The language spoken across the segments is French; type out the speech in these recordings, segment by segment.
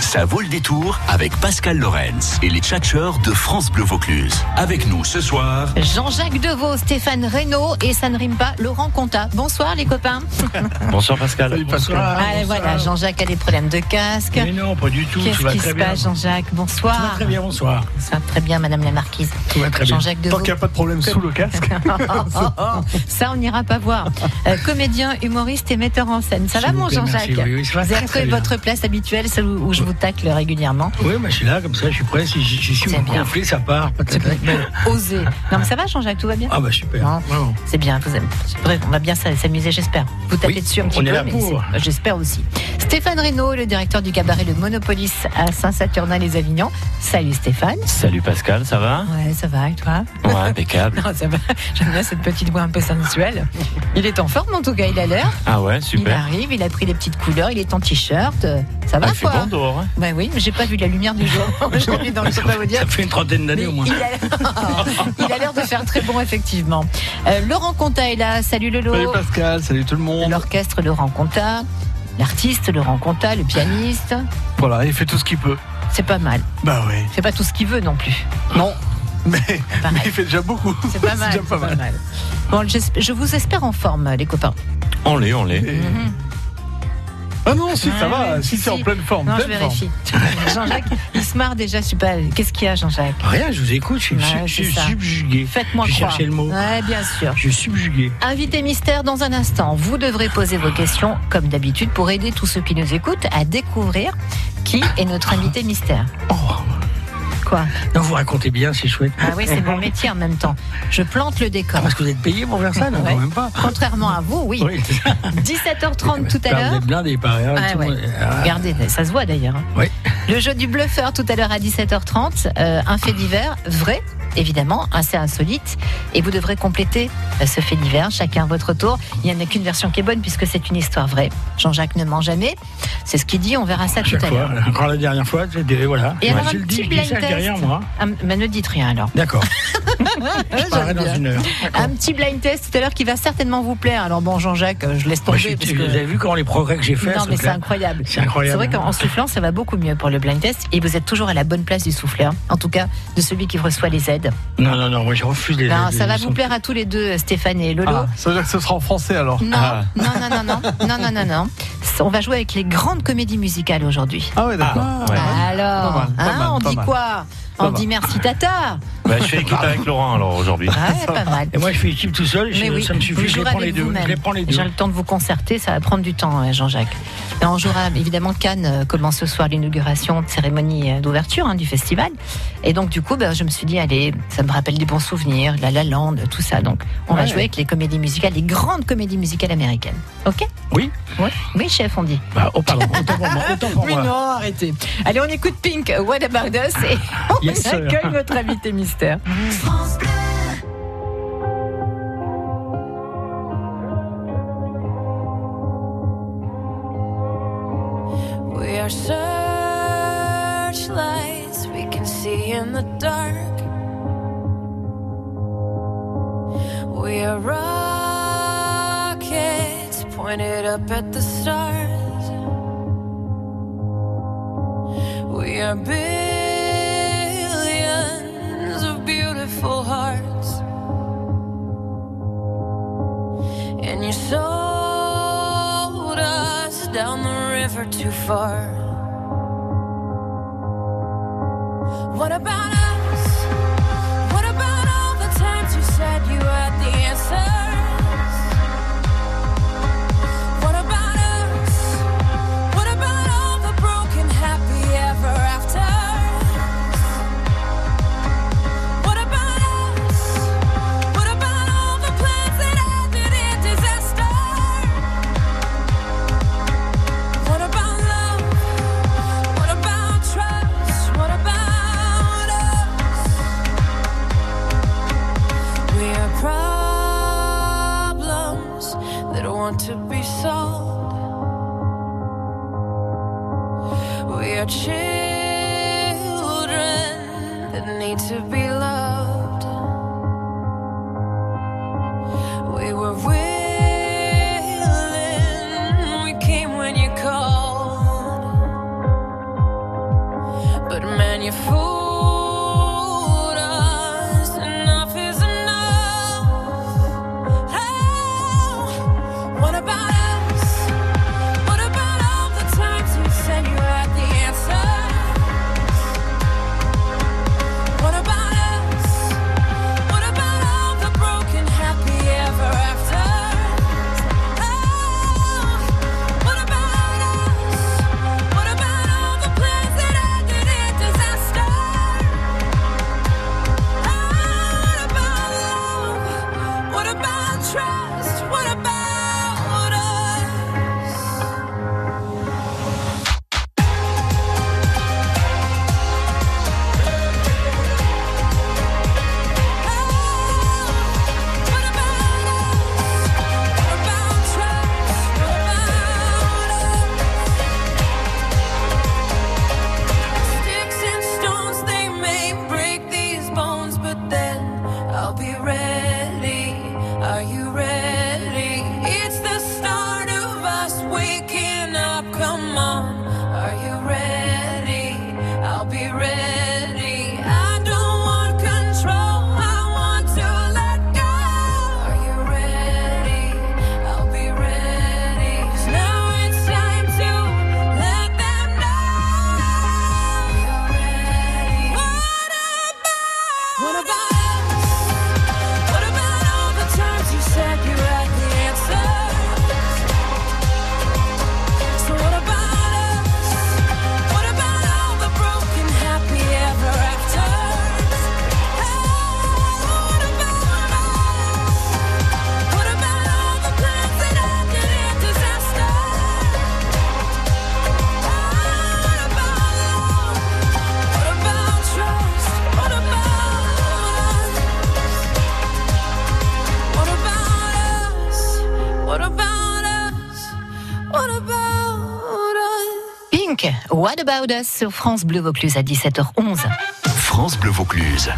Ça vaut le détour avec Pascal Lorenz et les tchatcheurs de France Bleu Vaucluse. Avec nous ce soir, Jean-Jacques Deveau, Stéphane Reynaud et ça ne rime pas, Laurent Conta. Bonsoir les copains. Bonsoir Pascal. Ah, voilà, Jean-Jacques a des problèmes de casque. Mais non, pas du tout. tout Qu'est-ce va qui très se bien. passe Jean-Jacques Tout va Bonsoir. très bien, bonsoir. Ça va très bien Madame la Marquise. Tout va très bien. Jean-Jacques Deveau. Tant qu'il n'y a pas de problème sous le casque. Oh, oh, ça, on n'ira pas voir. Euh, comédien, humoriste et metteur en scène. Ça S'il va, vous mon plaît, Jean-Jacques merci. Oui, oui, ça va Vous avez très, très trouvé bien. votre place habituelle, celle où, où je vous tacle régulièrement. Oui, moi je suis là, comme ça, je suis prêt. Si je, je suis C'est bien. gonflé, ça part. pas de secret. Osez. Non, mais ça va, Jean-Jacques, tout va bien Ah bah super. Non. Vraiment. Hein C'est bien, vous aimez- c'est vrai, on va bien s'a- s'amuser, j'espère. Vous tapez Oui, dessus un petit on peu, est là mais pour. c'est- euh, j'espère aussi. Stéphane Reynaud, le directeur du cabaret Le Monopolis à Saint-Saturnin-les-Avignon. Salut Stéphane. Salut Pascal, ça va Ouais, ça va, et toi Ouais, impeccable. Non, ça va. J'aime bien cette petite voix un peu sensuelle. Il est en forme, en tout cas, il a l'air. Ah ouais, Il super. arrive, il a pris des petites couleurs, il est en t-shirt. euh, Ça va, Ah, il fait quoi bon dehors. hein Ben oui, mais j'ai pas vu la lumière du jour aujourd'hui dans le faut pas vous dire. Ça fait une trentaine Mais d'années au moins. il a il a l'air de faire très bon, effectivement. Euh, Laurent Conta est là. Salut Lolo. Salut Pascal, salut tout le monde. L'orchestre Laurent Conta, l'artiste Laurent Conta, le pianiste. Voilà, il fait tout ce qu'il peut. C'est pas mal. Bah oui. C'est pas tout ce qu'il veut non plus. Non, mais, Pareil. mais il fait déjà beaucoup. C'est pas mal. déjà pas c'est mal. mal. Bon, j'esp- je vous espère en forme, les copains. On l'est, on l'est. Et- Ah non, si ça Ouais, ouais, va, si si, c'est en si. pleine forme. Non, je pleine forme. vérifie. Jean-Jacques, il se marre déjà. Je sais pas. Qu'est-ce qu'il y a, Jean-Jacques Rien, je vous écoute, je suis, Ouais, je c'est suis ça. subjugué. Faites-moi Je croire. cherchais le mot. Ouais, bien sûr. Je suis subjugué. Invité mystère dans un instant. Vous devrez poser vos questions, comme d'habitude, pour aider tous ceux qui nous écoutent à découvrir qui est notre invité mystère. Oh. Quoi Non, vous racontez bien, c'est chouette. Ah oui, c'est mon métier en même temps. Je plante le Ah, décor. parce que vous êtes payé pour faire ça Non, Ouais. quand même pas. Contrairement à vous, oui. Oui, c'est ça. 17h30 tout à Là, Vous l'heure. êtes blindé, pareil. hein, Ah tout le ouais. monde- Ah, Regardez, ça se voit d'ailleurs. hein. Ouais. Le jeu du bluffeur tout à l'heure à 17h30. euh, un fait divers, vrai, évidemment, assez insolite. Et vous devrez compléter euh, ce fait divers, chacun à votre tour. Il n'y en a qu'une version qui est bonne puisque c'est une histoire vraie. Jean-Jacques ne ment jamais. C'est ce qu'il dit, on verra ça tout Chaque à l'heure. fois, encore la dernière fois, je dis, voilà. Et alors, un je le petit dis, je dis ça blind derrière test. moi. Ah, mais ne dites rien alors. D'accord. je parlerai dans une heure. Un petit blind test tout à l'heure qui va certainement vous plaire. Alors bon, Jean-Jacques, euh, je laisse Moi, tomber. je suis- parce vous que- avez vu comment les progrès que j'ai fait Non, mais c'est incroyable. C'est incroyable. C'est vrai qu'en soufflant, ça va beaucoup mieux pour le blind test. Et vous êtes toujours à la bonne place du souffleur, en tout cas de celui qui reçoit les aides. Non, non, non, moi je refuse les. Ben, les- ça va les- vous plaire à tous les deux, Stéphane et Lolo. Ah, ça veut dire que ce sera en français alors. Non, non, non, non, non, non, non, non, non. On va jouer avec les grandes comédies musicales aujourd'hui. Ah ouais, d'accord. Ah, ouais. Alors, Pas mal, pas hein, mal, on pas dit mal. quoi On Pas dit merci Tata. Bah, je fais équipe avec Laurent alors aujourd'hui. Ouais, pas mal. Et moi je fais équipe tout seul, je- Mais oui, ça me vous suffit, je les jouerez prends les avec deux. vous-même. Je les prends les deux. J'ai le temps de vous concerter, ça va prendre du temps, euh, Jean-Jacques. Et On jouera évidemment Cannes euh, commence ce soir l'inauguration de cérémonie euh, d'ouverture hein, du festival. Et donc du coup, ben, je me suis dit, allez, ça me rappelle des bons souvenirs, La La Land, tout ça. Donc on va Ouais. jouer avec les comédies musicales, les grandes comédies musicales américaines. Ok Oui. Ouais. Oui, chef, on dit. Bah, oh, pardon, autant pour moi. Autant pour moi. arrêtez. Allez, on écoute Pink, What About Us, et on Ah, Yes, sir. accueille votre invité mystère. We are searchlights we can see in the dark. We are rockets pointed up at the stars. We are billions of beautiful hearts. And you sold us down the river too far. What about us? What about all the times you said you had the answers? What about us? What about all the broken happy ever after? What about us? What about all the plans that ended in disaster? What about love? What about trust? What about us? We are problems that want to be solved. We are children that need to be loved. We were willing Oh, Pink, What About Us sur France Bleu Vaucluse à 17h11. France Bleu Vaucluse,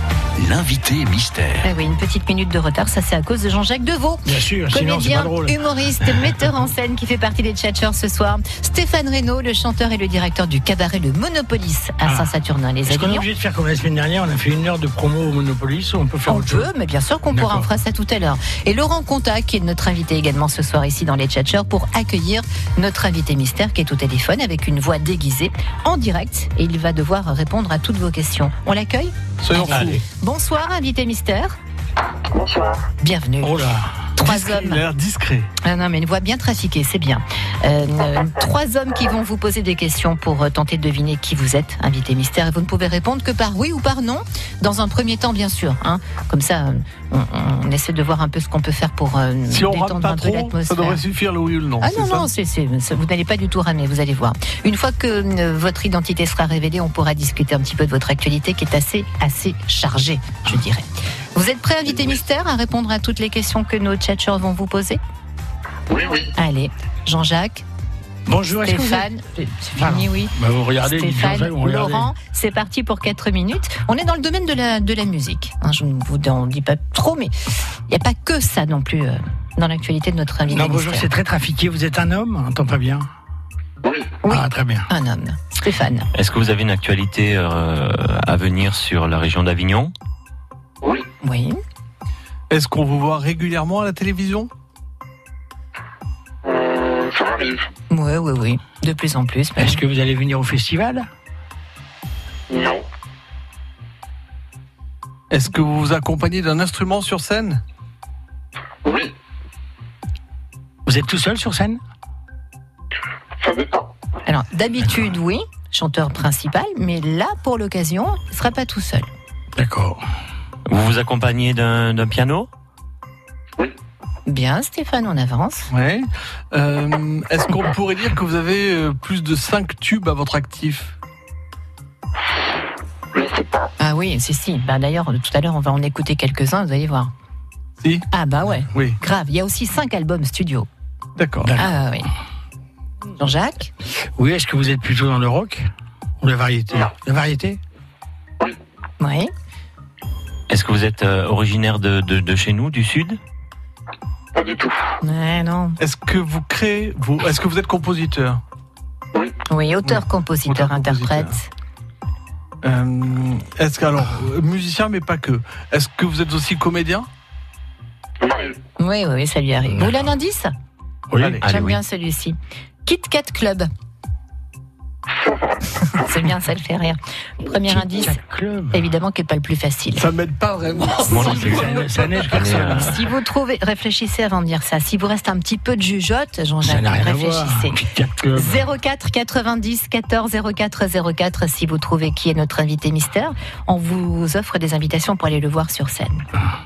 l'invité mystère. Ah oui, une petite minute de retard, ça c'est à cause de Jean-Jacques Deveau. Bien sûr, sinon c'est pas Comédien, drôle. humoriste, metteur en scène qui fait partie des Tchatchers ce soir. Stéphane Reynaud, le chanteur et le directeur du cabaret Le Monopolis à Ah. Saint-Saturnin, les Est-ce qu'on est Avignons. obligé de faire comme la semaine dernière On a fait une heure de promo au Monopolis, on peut faire On autre chose. peut, mais bien sûr qu'on pourra, on D'accord. fera ça tout à l'heure. Et Laurent Conta, qui est notre invité également ce soir ici dans les Tchatchers, pour accueillir notre invité mystère qui est au téléphone avec une voix déguisée en direct et il va devoir répondre à toutes vos questions. On l'accueille Soyons fous. Allez. Bonsoir, invité mystère. Bonsoir. Bienvenue. Oh là Trois Il a hommes. l'air discret. Ah non, mais une voix bien trafiquée, c'est bien. Euh, euh, trois hommes qui vont vous poser des questions pour euh, tenter de deviner qui vous êtes, invité mystère. Et vous ne pouvez répondre que par oui ou par non, dans un premier temps, bien sûr. hein. Comme ça, euh, on, on essaie de voir un peu ce qu'on peut faire pour euh, Si on rame détendre pas un peu trop, ça l'atmosphère. devrait suffire le oui ou le non. Ah c'est non, ça non, c'est- c'est- c'est- vous n'allez pas du tout ramer, vous allez voir. Une fois que euh, votre identité sera révélée, on pourra discuter un petit peu de votre actualité qui est assez, assez chargée, je dirais. Vous êtes prêt, invité mystère, à répondre à toutes les questions que nos tchatchers vont vous poser Oui, oui. Allez, Jean-Jacques, Bonjour, est-ce que vous êtes- Stéphane, c'est fini, oui. Bah, Vous regardez, dites Stéphane, Jean-Jacques, vous regardez. Laurent, c'est parti pour 4 minutes. On est dans le domaine de la, de la musique. hein, je ne vous en dis pas trop, mais il n'y a pas que ça non plus euh, dans l'actualité de notre invité. Non, bonjour, mystère. c'est très trafiqué. Vous êtes un homme On entend pas bien. Oui. Oui. Ah, très bien. Un homme. Stéphane. Est-ce que vous avez une actualité euh, à venir sur la région d'Avignon Oui. Oui. Est-ce qu'on vous voit régulièrement à la télévision Euh, ça m'arrive. Oui, oui, oui. De plus en plus. bah. mais- Est-ce que vous allez venir au festival Non. Est-ce que vous vous accompagnez d'un instrument sur scène Oui. Vous êtes tout seul sur scène Ça dépend. Alors, d'habitude, oui, chanteur principal, mais là, pour l'occasion, il ne sera pas tout seul. D'accord. Vous vous accompagnez d'un d'un piano Bien, Stéphane, on avance. Oui. Euh, Est-ce qu'on pourrait dire que vous avez euh, plus de 5 tubes à votre actif Je ne sais pas. Ah oui, si, si. Bah, D'ailleurs, tout à l'heure, on va en écouter quelques-uns, vous allez voir. Si Ah bah ouais, Oui, grave. Il y a aussi cinq albums studio. d'accord. Ah oui. Jean-Jacques Oui, est-ce que vous êtes plutôt dans le rock Ou la variété Non. La variété Oui. Est-ce que vous êtes euh, originaire de, de- de chez nous, du Sud Pas du tout. Ouais, non. Est-ce que vous créez, vous, est-ce que vous êtes compositeur Oui, auteur, compositeur, Auteur-compositeur. interprète. Euh, Est-ce que, alors, euh, musicien, mais pas que. Est-ce que vous êtes aussi comédien Ça m'arrive. Oui, oui, oui, ça lui arrive. Vous voulez un indice Ah, Oui. Allez. Allez, J'aime oui. bien celui-ci. Kit Kat Club. C'est bien, ça le fait rire. Premier indice, Jack Club. évidemment, qui n'est pas le plus facile. Ça m'aide pas vraiment. Moi non plus. Ça, ça neige comme Allez, ça. euh, là. Si vous trouvez, réfléchissez avant de dire ça. Si vous reste un petit peu de jugeote, Ça Jean-Jacques, n'a rien à voir. réfléchissez. Jack Club. 04 90 14 04 04 si vous trouvez qui est notre invité mystère. On vous offre des invitations pour aller le voir sur scène. Ah.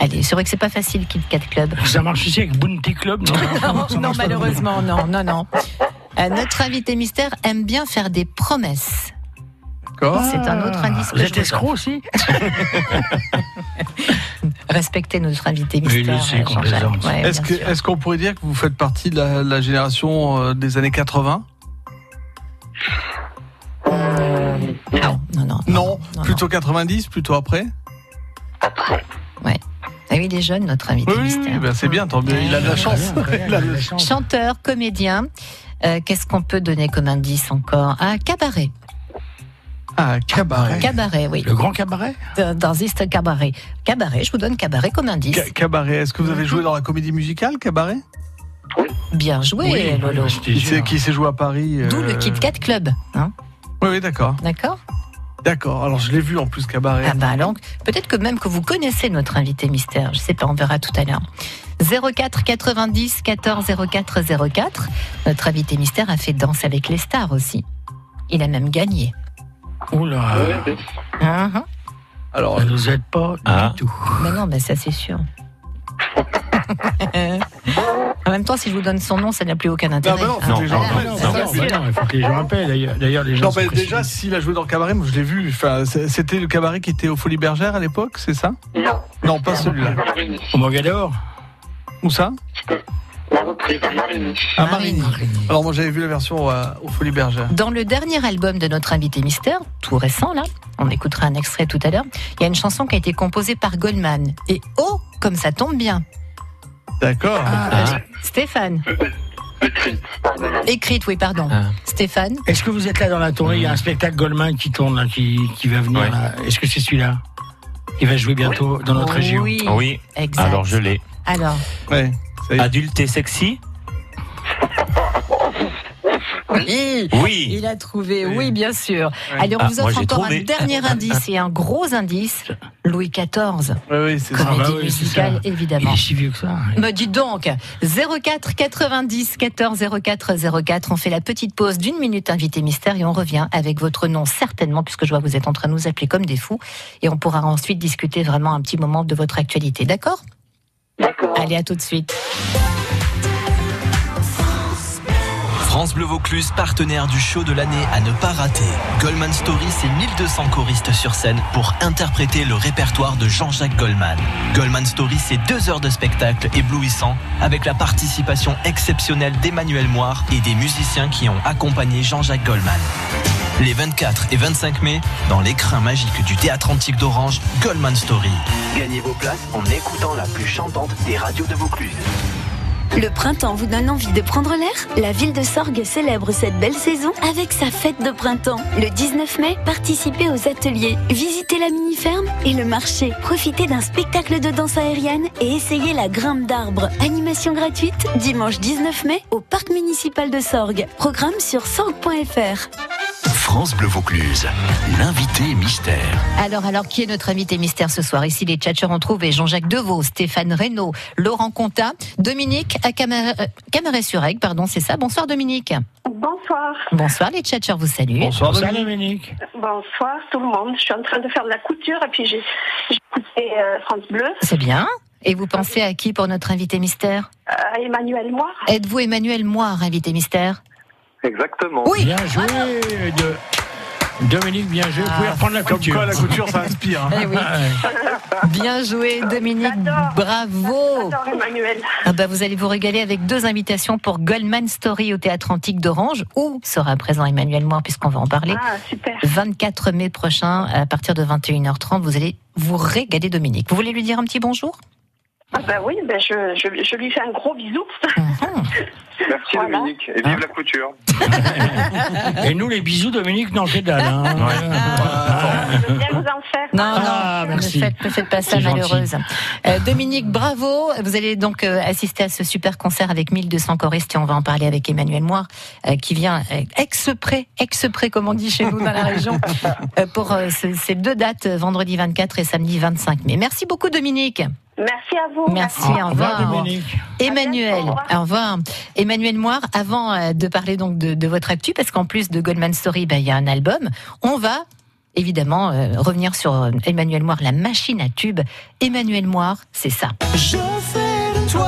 Allez, c'est vrai que c'est pas facile Kit Kat Club. Ça marche aussi avec Bounty Club Non, ça marche non, pas. malheureusement, non, non, non. Euh, notre invité mystère aime bien faire des promesses. D'accord. C'est un autre indice que Ah. Vous je êtes vous escroc aussi Respectez notre invité Mais il le mystère. sait euh, qu'on Jean-Jacques. plaisante. Ouais, Est-ce bien que, sûr. est-ce qu'on pourrait dire que vous faites partie de la, la génération euh, des années 80 Non, Ah, non, non. Non, non. plutôt 90, plutôt après. Après. Ah oui, il est jeune, notre invité Oui, oui, mystère. oui, bah. ben c'est bien, tant mieux. Il a Ah, de la chance. Il a de la chance. Chanteur, comédien. euh, Qu'est-ce qu'on peut donner comme indice encore Ah, cabaret. Ah, cabaret. Cabaret, oui. Le grand cabaret Dans- Dans East Cabaret. Cabaret, je vous donne cabaret comme indice. Ca- cabaret. Est-ce que vous avez joué dans la comédie musicale, Cabaret Bien joué, Lolo. je te Qui s'est jure. qui s'est joué à Paris euh, hein. D'où le Kit Kat Club. hein, Oui, oui, d'accord. D'accord D'accord. Alors, je l'ai vu en plus, Cabaret. Ah bah alors, peut-être que même que vous connaissez notre invité mystère. Je sais pas, on verra tout à l'heure. 04 90 14 04 04. Notre invité mystère a fait danse avec les stars aussi. Il a même gagné. Ah Oula, Oui, Hein, hein. Alors, ça nous aide pas Ah. du tout. Mais non, mais ça c'est sûr. en même temps, si je vous donne son nom, ça n'a plus aucun intérêt. mais non, faut hein. que les gens Voilà, appellent, bien non, bah non, sûr. mais non, il faut que les gens appellent. D'ailleurs- D'ailleurs, les gens. non, se mais précipitent. déjà, s'il a joué dans Cabaret, moi, je l'ai vu. Enfin, c'est- c'était le Cabaret qui était au Folie Bergère à l'époque, c'est ça Non. Non, pas C'est celui-là. dans la réunion. Au Mogador Où ça Maroc. reprise à Marigny. À Marigny. Alors moi j'avais vu la version euh, au Folie Bergère. Dans le dernier album de notre invité mystère, tout récent là, on écoutera un extrait tout à l'heure, il y a une chanson qui a été composée par Goldman. Et oh, comme ça tombe bien, D'accord. Ah. Stéphane. C'était écrite par Golan. Écrite, oui, pardon. Ah. Stéphane, Est-ce que vous êtes là dans la tournée Il y Mmh. a un spectacle Goldman qui tourne, là, qui, qui va venir. Ouais. là. Est-ce que c'est celui-là Il va jouer bientôt dans notre région. Oui, Ah Oui, exact. alors je l'ai. Alors, Ouais. Ça y est. Adulte et sexy oui, Oui. il a trouvé, Oui. oui, bien sûr. Allez, on Ah, vous moi, offre j'ai encore trouvé. un dernier indice et un gros indice. Louis XIV, Ouais, oui, c'est ça. comédie bah oui, c'est musicale, ça. Il évidemment. est si vieux que ça. Me Bah, dites donc, 04 90 14 04 04, on fait la petite pause d'une minute invité mystère et on revient avec votre nom certainement, puisque je vois que vous êtes en train de nous appeler comme des fous, et on pourra ensuite discuter vraiment un petit moment de votre actualité, d'accord D'accord. Allez, à tout de suite. France Bleu Vaucluse, partenaire du show de l'année à ne pas rater. Goldman Story, c'est 1200 choristes sur scène pour interpréter le répertoire de Jean-Jacques Goldman. Goldman Story, c'est deux heures de spectacle éblouissant avec la participation exceptionnelle d'Emmanuel Moire et des musiciens qui ont accompagné Jean-Jacques Goldman. Les 24 et 25 mai, dans l'écrin magique du Théâtre Antique d'Orange, Goldman Story. Gagnez vos places en écoutant la plus chantante des radios de Vaucluse. Le printemps vous donne envie de prendre l'air La ville de Sorgue célèbre cette belle saison avec sa fête de printemps. Le 19 mai, participez aux ateliers, visitez la mini-ferme et le marché, profitez d'un spectacle de danse aérienne et essayez la grimpe d'arbres. Animation gratuite, dimanche 19 mai, au parc municipal de Sorgue. Programme sur sorgue.fr. France Bleu Vaucluse, l'invité mystère. Alors, alors, qui est notre invité mystère ce soir Ici, les tchatcheurs ont trouvé Jean-Jacques Deveau, Stéphane Reynaud, Laurent Conta, Dominique à sur aigue pardon, c'est ça. Bonsoir Dominique. Bonsoir. Bonsoir les tchatcheurs, vous saluent. Bonsoir Bonsoir Dominique. Dominique. Bonsoir tout le monde. Je suis en train de faire de la couture et puis j'ai j'ai écouté euh, France Bleu C'est bien. Et vous pensez à qui pour notre invité mystère à euh, Emmanuel Moire. Êtes-vous Emmanuel Moire, invité mystère Exactement. Oui Bien joué. de- Dominique, bien joué. Vous pouvez Ah, reprendre la Comme couture. quoi la couture ça inspire. hein. Eh oui. Bien joué Dominique, J'adore. Oh. bravo J'adore Emmanuel. ah bah, Vous allez vous régaler avec deux invitations pour Goldman Story au Théâtre Antique d'Orange, où sera présent Emmanuel Moire, puisqu'on va en parler. Ah, super. 24 mai prochain, à partir de 21h30, vous allez vous régaler Dominique. Vous voulez lui dire un petit bonjour Ah bah oui, ben je, je, je lui fais un gros bisou. Ah. Mhm. Merci Voilà. Dominique. Et vive la couture. Et nous, les bisous, Dominique, n'en que dalle. hein. Je veux bien vous en faire. Non, Ah, non, merci. ne faites, ne faites pas ça, C'est gentil. malheureuse. Euh, Dominique, bravo. Vous allez donc euh, assister à ce super concert avec 1200 choristes et on va en parler avec Emmanuel Moire, euh, qui vient euh, ex-près, ex-près, comme on dit chez nous dans la région, euh, pour euh, ce- ces deux dates, euh, vendredi 24 et samedi 25 mai. Merci beaucoup, Dominique. Merci à vous. Merci, Au au revoir, revoir. Dominique. À Emmanuel, bientôt, au revoir. au revoir. Emmanuel Moire, avant euh, de parler donc de, de votre actu, parce qu'en plus de Goldman Story, ben, il y a un album, on va évidemment euh, revenir sur euh, Emmanuel Moire, la machine à tube. Emmanuel Moire, c'est ça. Je fais de toi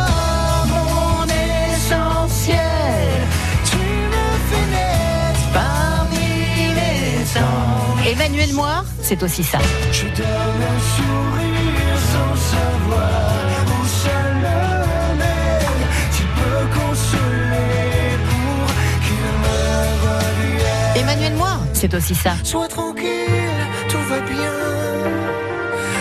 mon essentiel. Tu me fais naître parmi les anges. Emmanuel Moire, c'est aussi ça. Je donne un sourire sans savoir où ça le mène. Tu peux consoler pour qu'il me revienne. Emmanuel Moire, c'est aussi ça. Sois tranquille, tout va bien.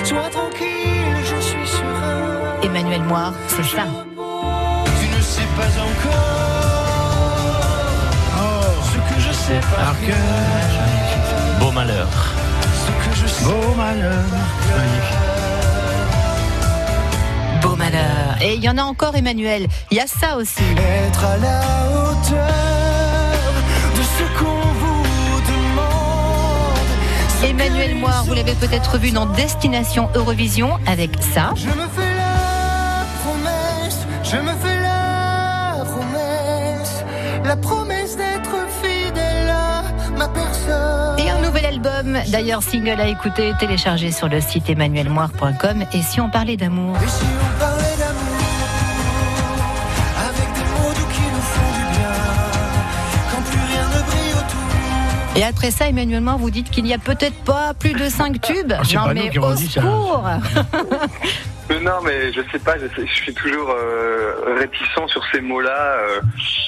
Sois tranquille, je suis serein. Emmanuel Moire, c'est ça. Tu ne sais pas encore ce que je sais pas. Alors que- Beau malheur. Ce que je sais. Beau malheur. Beau malheur. Et il y en a encore Emmanuel, il y a ça aussi. Être à la hauteur de ce qu'on vous demande. Ce Emmanuel que Moire, vous les l'avez peut-être vu dans Destination Eurovision avec ça. Je me fais la promesse, je me fais la promesse, la promesse d'être fidèle à ma personne. Et un nouvel album, d'ailleurs single à écouter, téléchargé sur le site emmanuelmoire.com. Et si on parlait d'amour Et si on parlait d'amour, avec des mots doux qui nous font du bien, quand plus rien ne brille autour. Et après ça, Emmanuel Moire, vous dites qu'il n'y a peut-être pas plus de 5 tubes. c'est non pas nous mais qui au avons dit ça. secours Mais non, mais je sais pas, je, sais- je suis toujours euh, réticent sur ces mots-là euh,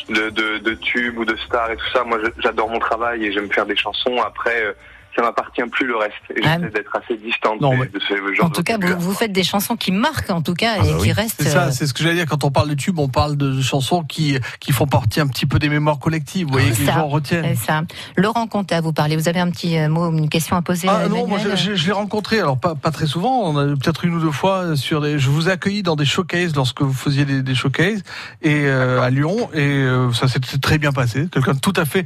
de, de, de tube ou de star et tout ça. Moi, je- j'adore mon travail et j'aime faire des chansons. Après, euh, ça m'appartient plus le reste. Et Ah. j'essaie d'être assez distant Non, de, mais- de ce genre En tout cas, vous, vocabulaire. vous faites des chansons qui marquent, en tout cas, et bah qui oui. restent. C'est ça, euh, c'est ce que j'allais dire. Quand on parle de tubes, on parle de chansons qui, qui font partie un petit peu des mémoires collectives, vous voyez, que les Ça. gens retiennent. c'est ça. Laurent Conta, vous parlez. Vous avez un petit euh, mot, une question à poser Ah à non, moi je, Emmanuel je- je l'ai rencontré, alors pas, pas très souvent, on a peut-être une ou deux fois sur des. Je vous ai accueilli dans des showcases lorsque vous faisiez des, des showcases et euh, à Lyon et euh, ça s'est très bien passé. Quelqu'un de tout à fait,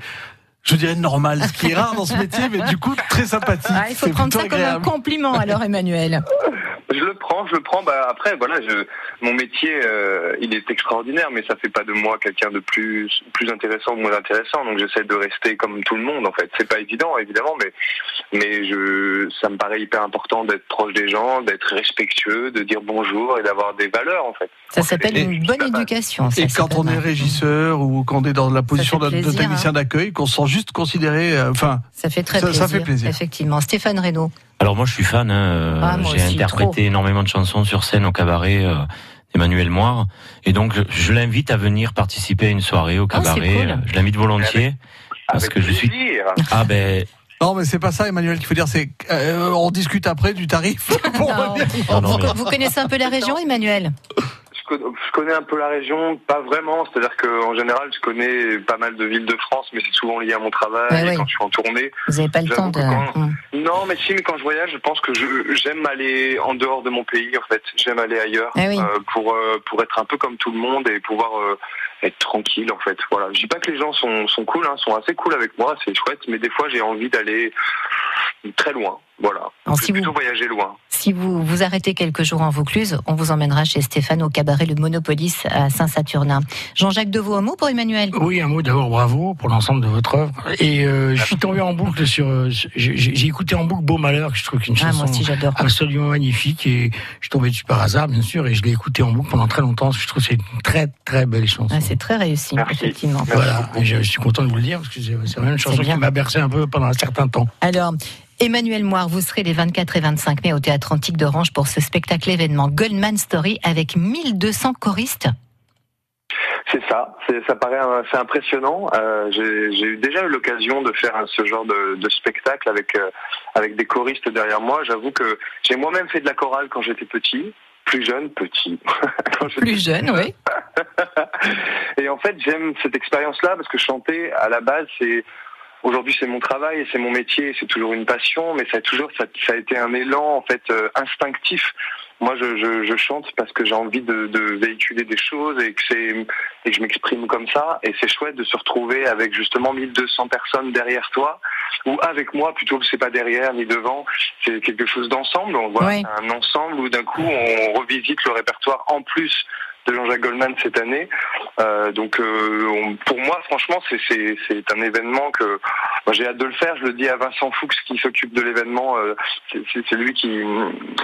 je dirais normal, ce qui est rare dans ce métier, mais du coup très sympathique. Ah, il faut C'est prendre plutôt ça comme un agréable. compliment, alors, Emmanuel. Je le prends, je le prends. Bah, après, voilà, je, mon métier, euh, il est extraordinaire, mais ça fait pas de moi quelqu'un de plus, plus intéressant ou moins intéressant. Donc, j'essaie de rester comme tout le monde, en fait. C'est pas évident, évidemment, mais, mais je, ça me paraît hyper important d'être proche des gens, d'être respectueux, de dire bonjour et d'avoir des valeurs, en fait. Ça s'appelle Et- une bonne la base. éducation. ça, Et c'est quand pas on est mal. régisseur ou quand on est dans la position fait de, de plaisir, technicien hein. d'accueil, qu'on se sent juste considéré, euh, enfin, Ça fait très Ça- plaisir. ça fait plaisir. Effectivement. Stéphane Reynaud. Alors moi je suis fan, hein, euh, Ah, moi j'ai aussi, interprété trop. énormément de chansons sur scène au cabaret euh, d'Emmanuel Moire, et donc je- je l'invite à venir participer à une soirée au Ah, c'est cabaret, cool. euh, je l'invite volontiers, parce Avec que je suis... plaisir. Ah ben, non mais c'est pas ça, Emmanuel, qu'il faut dire, c'est euh, on discute après du tarif. pour Non. revenir. non, non, mais- Vous connaissez un peu la région, Emmanuel Je con- je connais un peu la région, pas vraiment. C'est-à-dire qu'en général, je connais pas mal de villes de France, mais c'est souvent lié à mon travail Ouais, et ouais. bah, quand je suis en tournée. Vous n'avez pas le J'avoue temps de. que quand- Hum. Non, mais si, mais quand je voyage, je pense que je j'aime aller en dehors de mon pays, en fait. J'aime aller ailleurs Ah oui. euh, pour euh, pour être un peu comme tout le monde et pouvoir euh, être tranquille, en fait. Voilà. Je dis pas que les gens sont sont cool, hein, sont assez cool avec moi, c'est chouette, mais des fois j'ai envie d'aller très loin. Voilà. Alors, Je vais si vous- plutôt voyager loin. Si vous vous arrêtez quelques jours en Vaucluse, on vous emmènera chez Stéphane au cabaret Le Monopolis à Saint-Saturnin. Jean-Jacques Deveau, un mot pour Emmanuel Oui, un mot d'abord, bravo pour l'ensemble de votre œuvre. Et euh, je suis tombé en boucle sur. euh, je- je- J'ai écouté en boucle Beau Malheur, que je trouve qu'une ah, chanson Moi aussi, j'adore. absolument magnifique. Et je suis tombé dessus par hasard, bien sûr, et je l'ai écouté en boucle pendant très longtemps. parce que Je trouve que c'est une très, très belle chanson. Ah, c'est très réussi, Merci. effectivement. voilà, et je, je suis content de vous le dire, parce que c'est c'est vraiment une chanson bien. Ah, qui m'a bercé un peu pendant un certain temps. Alors, Emmanuel Moire, vous serez les 24 et 25 mai au Théâtre Antique d'Orange pour ce spectacle événement Goldman Story avec 1200 choristes. Ah, C'est ça, c'est, ça paraît un- c'est impressionnant. Euh, j'ai, j'ai eu déjà eu l'occasion de faire euh, ce genre de, de spectacle avec euh, avec des choristes derrière moi. J'avoue que j'ai moi-même fait de la chorale quand j'étais petit, plus jeune, petit. Quand j'étais jeune, oui. et en fait, j'aime cette expérience-là parce que chanter, à la base, c'est aujourd'hui c'est mon travail, c'est mon métier, c'est toujours une passion, mais ça a toujours ça, ça a été un élan en fait euh, instinctif. Moi, je, je, je chante parce que j'ai envie de, de véhiculer des choses et que c'est et que je m'exprime comme ça. Et c'est chouette de se retrouver avec justement 1200 personnes derrière toi ou avec moi plutôt que c'est pas derrière ni devant. C'est quelque chose d'ensemble. On voit Ouais. un ensemble où d'un coup on revisite le répertoire en plus de Jean-Jacques Goldman cette année. Euh, donc euh, on- pour moi, franchement, c'est- c'est c'est un événement que moi, j'ai hâte de le faire. Je le dis à Vincent Fuchs qui s'occupe de l'événement. euh, c'est- c'est c'est lui qui,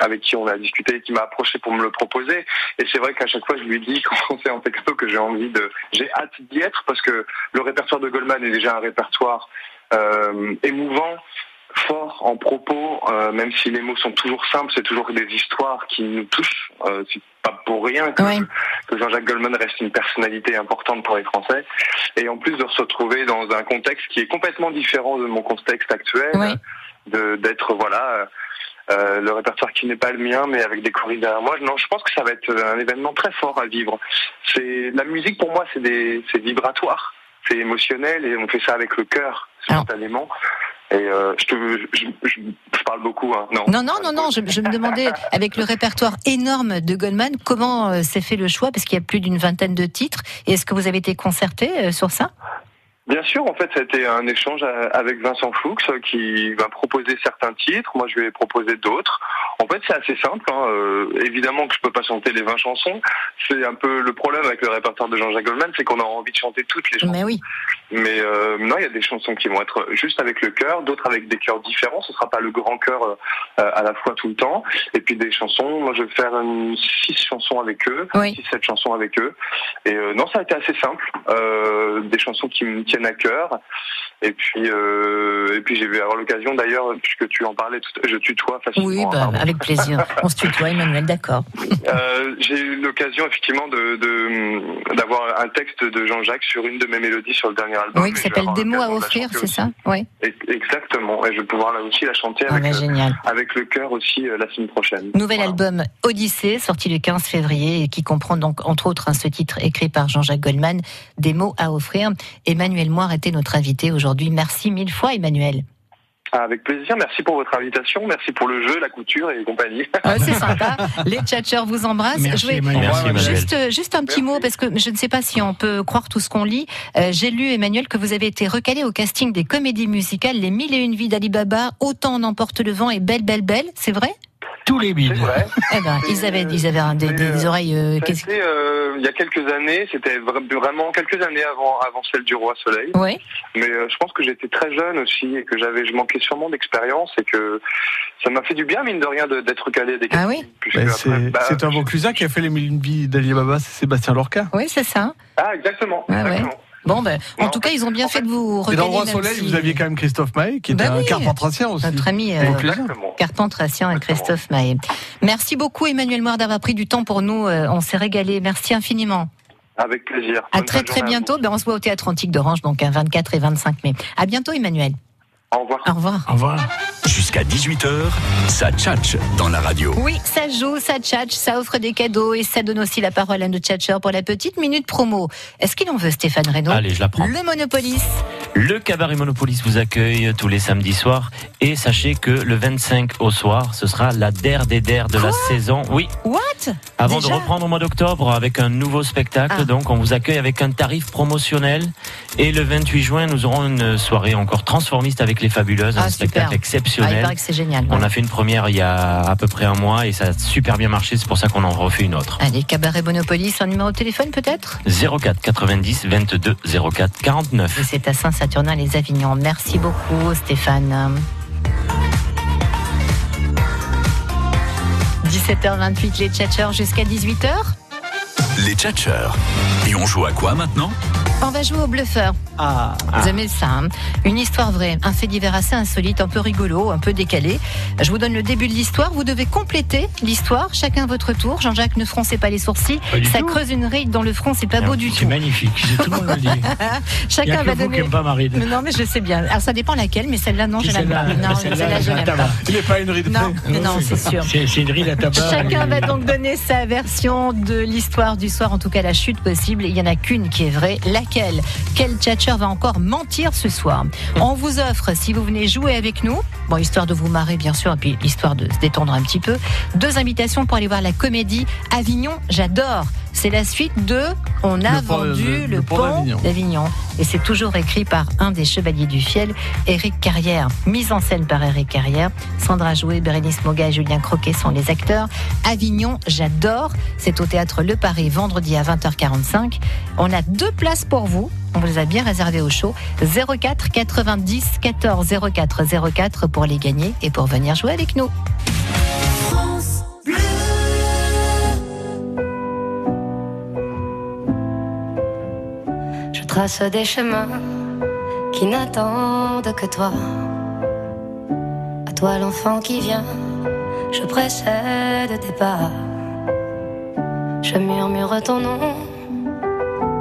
avec qui on a discuté, et qui m'a approché pour me le proposer. Et c'est vrai qu'à chaque fois, je lui dis quand on fait en texto que j'ai envie de, j'ai hâte d'y être parce que le répertoire de Goldman est déjà un répertoire euh, émouvant fort en propos, euh, même si les mots sont toujours simples, c'est toujours des histoires qui nous touchent. Euh, Ah, c'est pas pour rien que Ouais. que Jean-Jacques Goldman reste une personnalité importante pour les Français. Et en plus de se retrouver dans un contexte qui est complètement différent de mon contexte actuel, Oui. de d'être voilà euh, le répertoire qui n'est pas le mien, mais avec des choristes derrière moi. Non, je pense que ça va être un événement très fort à vivre. C'est la musique pour moi, c'est des c'est vibratoire, c'est émotionnel et on fait ça avec le cœur Alors. spontanément. Et euh, je, te, je, je, je parle beaucoup, hein. non Non, non, non, non, je, je me demandais, avec le répertoire énorme de Goldman, comment euh, s'est fait le choix Parce qu'il y a plus d'une vingtaine de titres. Et est-ce que vous avez été concerté euh, sur ça Bien sûr, en fait, ça a été un échange euh, avec Vincent Fuchs euh, qui va proposer certains titres. Moi, je lui ai proposé d'autres. En fait, c'est assez simple. hein. Euh, évidemment que je peux pas chanter les 20 chansons. C'est un peu le problème avec le répertoire de Jean-Jacques Goldman, c'est qu'on a envie de chanter toutes les chansons. Mais oui. Mais euh, non, il y a des chansons qui vont être juste avec le cœur, d'autres avec des chœurs différents. Ce sera pas le grand cœur euh, euh, à la fois tout le temps. Et puis des chansons, moi je vais faire une, six chansons avec eux, Oui. six sept chansons avec eux. Et euh, non, ça a été assez simple. Euh, des chansons qui me tiennent à cœur. Et puis, euh, et puis j'ai eu l'occasion d'ailleurs, puisque tu en parlais, tout- je tutoie facilement. Oui, hein, bah, pardon. avec plaisir. On se tutoie, Emmanuel, d'accord. Euh, j'ai eu l'occasion effectivement de de- d'avoir un texte de Jean-Jacques sur une de mes mélodies sur le dernier album. Oui, Et qui je vais s'appelle avoir Des mots à l'occasion de la offrir, chanter c'est aussi. ça Oui. E- Exactement. Et je vais pouvoir là aussi la chanter Ah, avec, euh, bah, le- génial. avec le cœur aussi euh, la semaine prochaine. Nouvel Voilà. album Odyssée, sorti le 15 février, et qui comprend donc entre autres hein, ce titre écrit par Jean-Jacques Goldman, des mots à offrir. Emmanuel Moire était notre invité aujourd'hui. Merci mille fois, Emmanuel. Ah, Avec plaisir. Merci pour votre invitation. Merci pour le jeu, la couture et compagnie. Euh, c'est sympa. Les tchatcheurs vous embrassent. Merci, Je vais- Emmanuel. Merci, Ouais, ouais, Emmanuel. Juste, euh, juste un petit mot, parce que je ne sais pas si on peut croire tout ce qu'on lit. Euh, J'ai lu, Emmanuel, que vous avez été recalé au casting des comédies musicales Les Mille et Une Vies d'Alibaba, Autant en emporte le vent et Belle, Belle, Belle. C'est vrai Tous les C'est bides. vrai. Eh ben, C'est- ils avaient, ils avaient un- des, c'est, des euh, oreilles. euh, Ça a qu'est-ce- été, euh, il y a quelques années, c'était vra- vraiment quelques années avant, avant celle du Roi Soleil. Ouais. Mais euh, je pense que j'étais très jeune aussi et que j'avais, je manquais sûrement d'expérience et que ça m'a fait du bien, mine de rien, de- d'être calé des Ah oui Puisque Ben, après, C'est bah, c'est un Vauclusin qui a fait les mille et une vies d'Ali Baba, c'est Sébastien Lorca. Oui, c'est ça. Ah, exactement. Ouais, ouais. exactement. Bon, ben, en Non, tout en cas, ils ont bien en fait fait, de vous Et recaler. dans le Roi même Soleil, si vous aviez quand même Christophe Maé, qui était Bah un oui. carpentracien aussi. Notre ami. euh, Donc, Exactement. Carpentracien et Christophe Maé. Merci beaucoup Emmanuel Moir d'avoir pris du temps pour nous. Euh, On s'est régalé. Merci infiniment. Avec plaisir. À Bonne très fin de très journée à vous. bientôt. Ben, on se voit au Théâtre Antique d'Orange, donc un 24 et 25 mai. À bientôt Emmanuel. Au revoir. Au revoir. Au revoir. Jusqu'à 18h, ça tchatche dans la radio. Oui, ça joue, ça tchatche, ça offre des cadeaux et ça donne aussi la parole à nos tchatcheurs pour la petite minute promo. Est-ce qu'il en veut Stéphane Reynaud Allez, je la prends. Le Monopolis. Le cabaret Monopolis vous accueille tous les samedis soirs. Et sachez que le 25 au soir, ce sera la der des der de la saison. Oui. What Ah, Avant Déjà de reprendre au mois d'octobre avec un nouveau spectacle. Ah. Donc, on vous accueille avec un tarif promotionnel. Et le 28 juin, nous aurons une soirée encore transformiste avec les fabuleuses. Ah, un spectacle super. Ah, il exceptionnel. paraît que c'est génial. on a fait une première il y a à peu près un mois et ça a super bien marché. C'est pour ça qu'on en refait une autre. Allez, cabaret Monopolis, un numéro de téléphone peut-être 04 90 22 04 49. Et c'est à Saint-Saturnin les Avignon. Merci beaucoup Stéphane. 17h28 les tchatcheurs jusqu'à 18h. Les tchatcheurs. Et on joue à quoi maintenant On va jouer au bluffeur. Ah. Vous aimez ça hein Une histoire vraie, un fait divers assez insolite, un peu rigolo, un peu décalé. Je vous donne le début de l'histoire. Vous devez compléter l'histoire, chacun votre tour. Jean-Jacques, ne froncez pas les sourcils. Pas du Ça tout. creuse une ride dans le front, c'est pas beau du C'est tout. magnifique. J'ai tout le monde le dit. Il n'y Chacun a que va vous qui donner. n'aimez pas Marie. Mais non, mais je sais bien. Alors ça dépend laquelle, mais celle-là, non, je l'aime pas. Non, celle-là, je l'aime pas. Il n'est pas une ride. Non, mais non, c'est sûr. C'est c'est une ride à tabac. Chacun Et- va donc donner sa version de l'histoire du soir, en tout cas la chute possible. Il n'y en a qu'une qui est vraie. Laquelle Quel tchatcheur va encore mentir ce soir On vous offre, si vous venez jouer avec nous, bon, histoire de vous marrer bien sûr, et puis histoire de se détendre un petit peu, deux invitations pour aller voir la comédie Avignon, j'adore. C'est la suite de On a Le pont- vendu le- le, le pont pont d'Avignon. d'Avignon. Et c'est toujours écrit par un des chevaliers du fiel, Éric Carrière. Mise en scène par Éric Carrière. Sandra Jouet, Bérénice Moga et Julien Croquet sont les acteurs. Avignon, j'adore. C'est au théâtre Le Paris, vendredi à 20h45. On a deux places pour vous. On vous les a bien réservées au show. 04 90 14 04 04 pour les gagner et pour venir jouer avec nous. Je trace des chemins qui n'attendent que toi. À toi l'enfant qui vient, je précède tes pas. Je murmure ton nom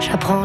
J'apprends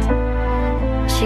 si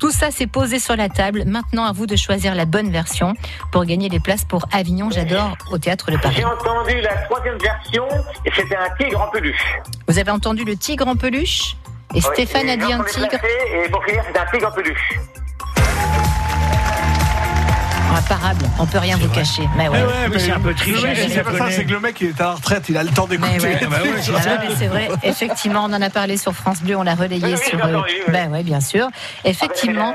Tout ça s'est posé sur la table. Maintenant, à vous de choisir la bonne version pour gagner des places pour Avignon, j'adore, au Théâtre de Paris. J'ai entendu la troisième version et c'était un tigre en peluche. Vous avez entendu le tigre en peluche Et Oui, Stéphane a et dit l'autre, un on est tigre. placé, Et pour finir, c'est un tigre en peluche. Imparable, on peut rien vous cacher. Mais ouais. Eh mais c'est un peu triché, Le mec, je il sait pas ça, connais. c'est que le mec, il est à la retraite, il a le temps d'écouter. Mais ouais. Bah ouais, c'est Ah ça. non, mais c'est vrai, effectivement, on en a parlé sur France Bleu, on l'a relayé sur. euh, Ben ouais, bien sûr. Ah, Effectivement.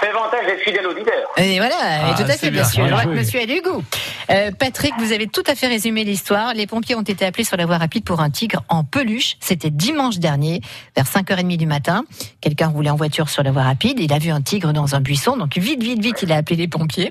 C'est l'avantage d'être fidèle auditeur. Et voilà, et Ah, tout à c'est fait, bien, bien, sûr. bien Ouais, joué. Monsieur a du goût. Euh, Patrick, vous avez tout à fait résumé l'histoire. Les pompiers ont été appelés sur la voie rapide pour un tigre en peluche. C'était dimanche dernier, vers 5h30 du matin. Quelqu'un roulait en voiture sur la voie rapide. Il a vu un tigre dans un buisson. Donc, vite, vite, vite, il a appelé les pompiers.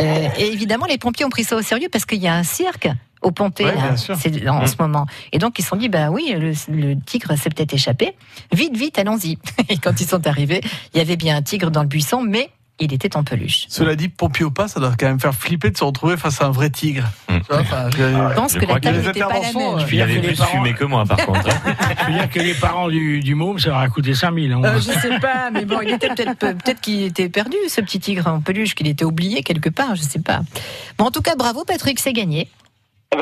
Euh, et évidemment, les pompiers ont pris ça au sérieux parce qu'il y a un cirque au Pontet, Ouais, là. bien sûr. C'est en Mm. ce moment. Et donc, ils se sont dit, bah oui, le, le tigre s'est peut-être échappé. Vite, vite, allons-y. Et quand ils sont arrivés, il y avait bien un tigre dans le buisson, mais il était en peluche. Cela dit, pompier ou pas, ça doit quand même faire flipper de se retrouver face à un vrai tigre. Tu vois, enfin, je pense je que la crois table les n'était pas la interventions, même. euh, Il avait plus fumé que moi, par contre. hein. Je veux dire que les parents du, du môme, ça leur a coûté 5000. Hein. Euh, je sais pas, mais bon, il était peut-être peu- peut-être qu'il était perdu, ce petit tigre en peluche, qu'il était oublié quelque part, je sais pas. Bon, en tout cas, bravo Patrick, c'est gagné.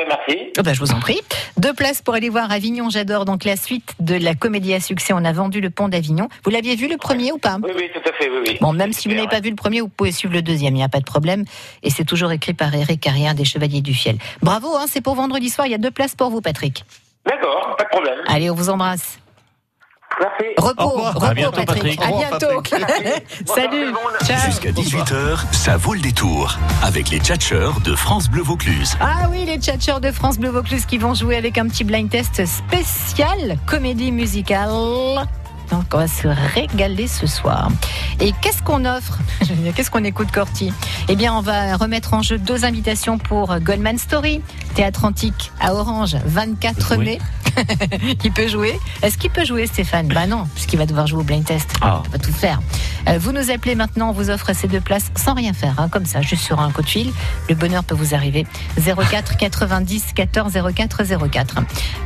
merci. Ah ben, je vous en prie. Deux places pour aller voir Avignon, j'adore. Donc la suite de la comédie à succès, on a vendu le pont d'Avignon. Vous l'aviez vu le premier ou pas Oui, oui, tout à fait, oui, oui. Bon, même si vous n'avez pas vu le premier, vous pouvez suivre le deuxième, il n'y a pas de problème. Et c'est toujours écrit par Eric Carrière des Chevaliers du Fiel. Bravo, hein, c'est pour vendredi soir, il y a deux places pour vous Patrick. D'accord, pas de problème. Allez, on vous embrasse. Merci. Repos, Au revoir. repos À bientôt, Patrick. Patrick. Au revoir, À bientôt. Salut. Ciao. Jusqu'à 18h, ça vaut le détour avec les tchatcheurs de France Bleu Vaucluse. Ah oui, les tchatcheurs de France Bleu Vaucluse qui vont jouer avec un petit blind test spécial comédie musicale. Donc on va se régaler ce soir. Et qu'est-ce qu'on offre Je veux dire, Qu'est-ce qu'on écoute Corti Eh bien, on va remettre en jeu deux invitations pour Goldman Story, théâtre antique à Orange, 24 mai. il peut jouer. Est-ce qu'il peut jouer Stéphane Bah non, puisqu'il va devoir jouer au blind test. Ah. Il va tout faire. Euh, Vous nous appelez maintenant, on vous offre ces deux places sans rien faire, hein, comme ça, juste sur un coup de fil. Le bonheur peut vous arriver. 04 90 14 04 04.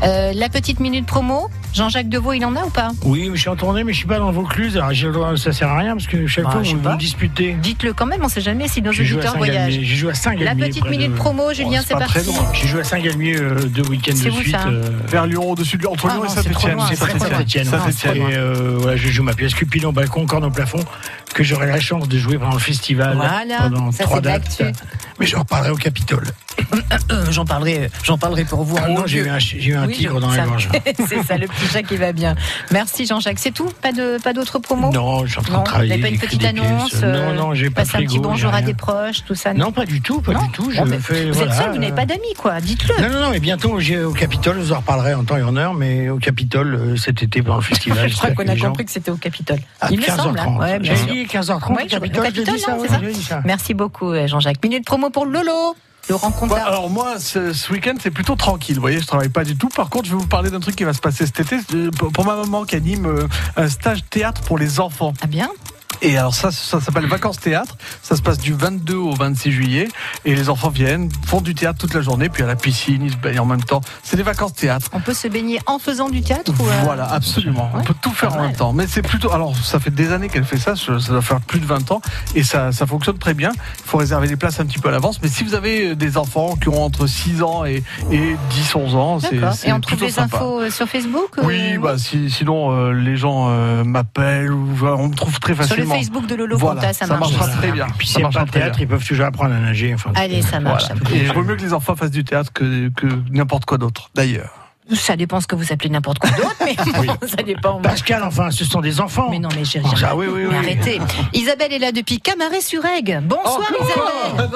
Euh, la petite minute promo, Jean-Jacques Deveau, il en a ou pas Oui, mais je suis en tournée, mais je suis pas dans le Vaucluse. Alors, j'ai le droit, ça sert à rien parce que chaque Bah, fois, je sais on pas. va me disputer. Dites-le quand même, on sait jamais si nos J'ai joué auditeurs à Saint-Galmier. voyagent. J'ai joué à La Saint-Galmier, petite près minute de- Oh, promo, Julien, c'est parti. J'ai joué à Saint-Galmier euh, deux week-ends C'est de où, suite. ça Vers Lyon, au-dessus de Lyon, entre Ah Lyon et non, c'est trop Saint-Etienne. loin, c'est très Saint-Etienne. Saint-Etienne. Et euh, voilà, je joue ma pièce Cupid en balcon, corne au plafond, que j'aurai la chance de jouer pendant le festival. Voilà, pendant ça, trois c'est de dates. l'actu. Mais je reparlerai au Capitole. Euh, J'en parlerai, j'en parlerai pour vous. Ah Oh non, j'ai Dieu. eu un chi- j'ai eu un Oui, tigre je- dans la ça- gorge. c'est ça, le petit chat qui va bien. Merci Jean-Jacques. C'est tout Pas de, pas d'autres promos Non, je suis en train de Non, travailler, Vous n'avez pas une j'écris petite des pièces. annonce Non, euh, non, j'ai pas de passer un petit frigo, j'ai bonjour à rien. des proches, tout ça. Non, pas du tout, pas du tout. Je Bon, mais fais, vous voilà, êtes seul, vous euh, n'avez pas d'amis, quoi. Dites-le. Non, non, non, et bientôt j'ai- au Capitole, je vous en reparlerai en temps et en heure, mais au Capitole euh, cet été pendant le festival. Je crois j'espère qu'on que a les gens- compris que c'était au Capitole. À Il me semble. hein. 15h30, Ouais, bien j'ai sûr. dit 15h30, Ouais, je- Capitole, j'ai dit Capitole, ça, non, ouais, c'est j'ai dit ça. Merci beaucoup, euh, Jean-Jacques. Minute promo pour Lolo. Laurent Conta. Ouais, alors moi, ce, ce week-end, c'est plutôt tranquille. Vous voyez, je travaille pas du tout. Par contre, je vais vous parler d'un truc qui va se passer cet été. Euh, Pour pour ma maman qui anime euh, un stage théâtre pour les enfants. Ah bien Et alors ça, ça s'appelle Vacances Théâtre. Ça se passe du 22 au 26 juillet. Et les enfants viennent, font du théâtre toute la journée, puis à la piscine, ils se baignent en même temps. C'est des vacances théâtre. On peut se baigner en faisant du théâtre ou euh, Voilà, absolument. On peut tout faire en même temps. Mais c'est plutôt. Alors, ça fait des années qu'elle fait ça. Ça doit faire plus de 20 ans. Et ça, ça fonctionne très bien. Il faut réserver les places un petit peu à l'avance. Mais si vous avez euh, des enfants qui ont entre 6 ans et, et 10, 11 ans, c'est. D'accord. c'est Et on trouve plutôt les sympa. infos euh, sur Facebook ou- Oui, bah, si- sinon euh, les gens euh, m'appellent ou voilà, on me trouve très Sur le facilement. Facebook de Lolo Voilà, Conta, ça marche. marchera Voilà. très bien. Ah, Et puis, Ça s'ils aiment marchera pas le très théâtre, bien. ils peuvent toujours apprendre à nager. Enfin, Allez, ça marche. Voilà. Et il vaut mieux que les enfants fassent du théâtre que, que n'importe quoi d'autre, d'ailleurs. Ça dépend ce que vous appelez n'importe quoi d'autre, mais bon, ça dépend. Pascal, enfin, ce sont des enfants. Mais non, mais j'ai Bah, rien. Ah oui, oui, Mais oui. arrêtez. Isabelle est là depuis Camaret-sur-Aigle. Bonsoir Encore Isabelle.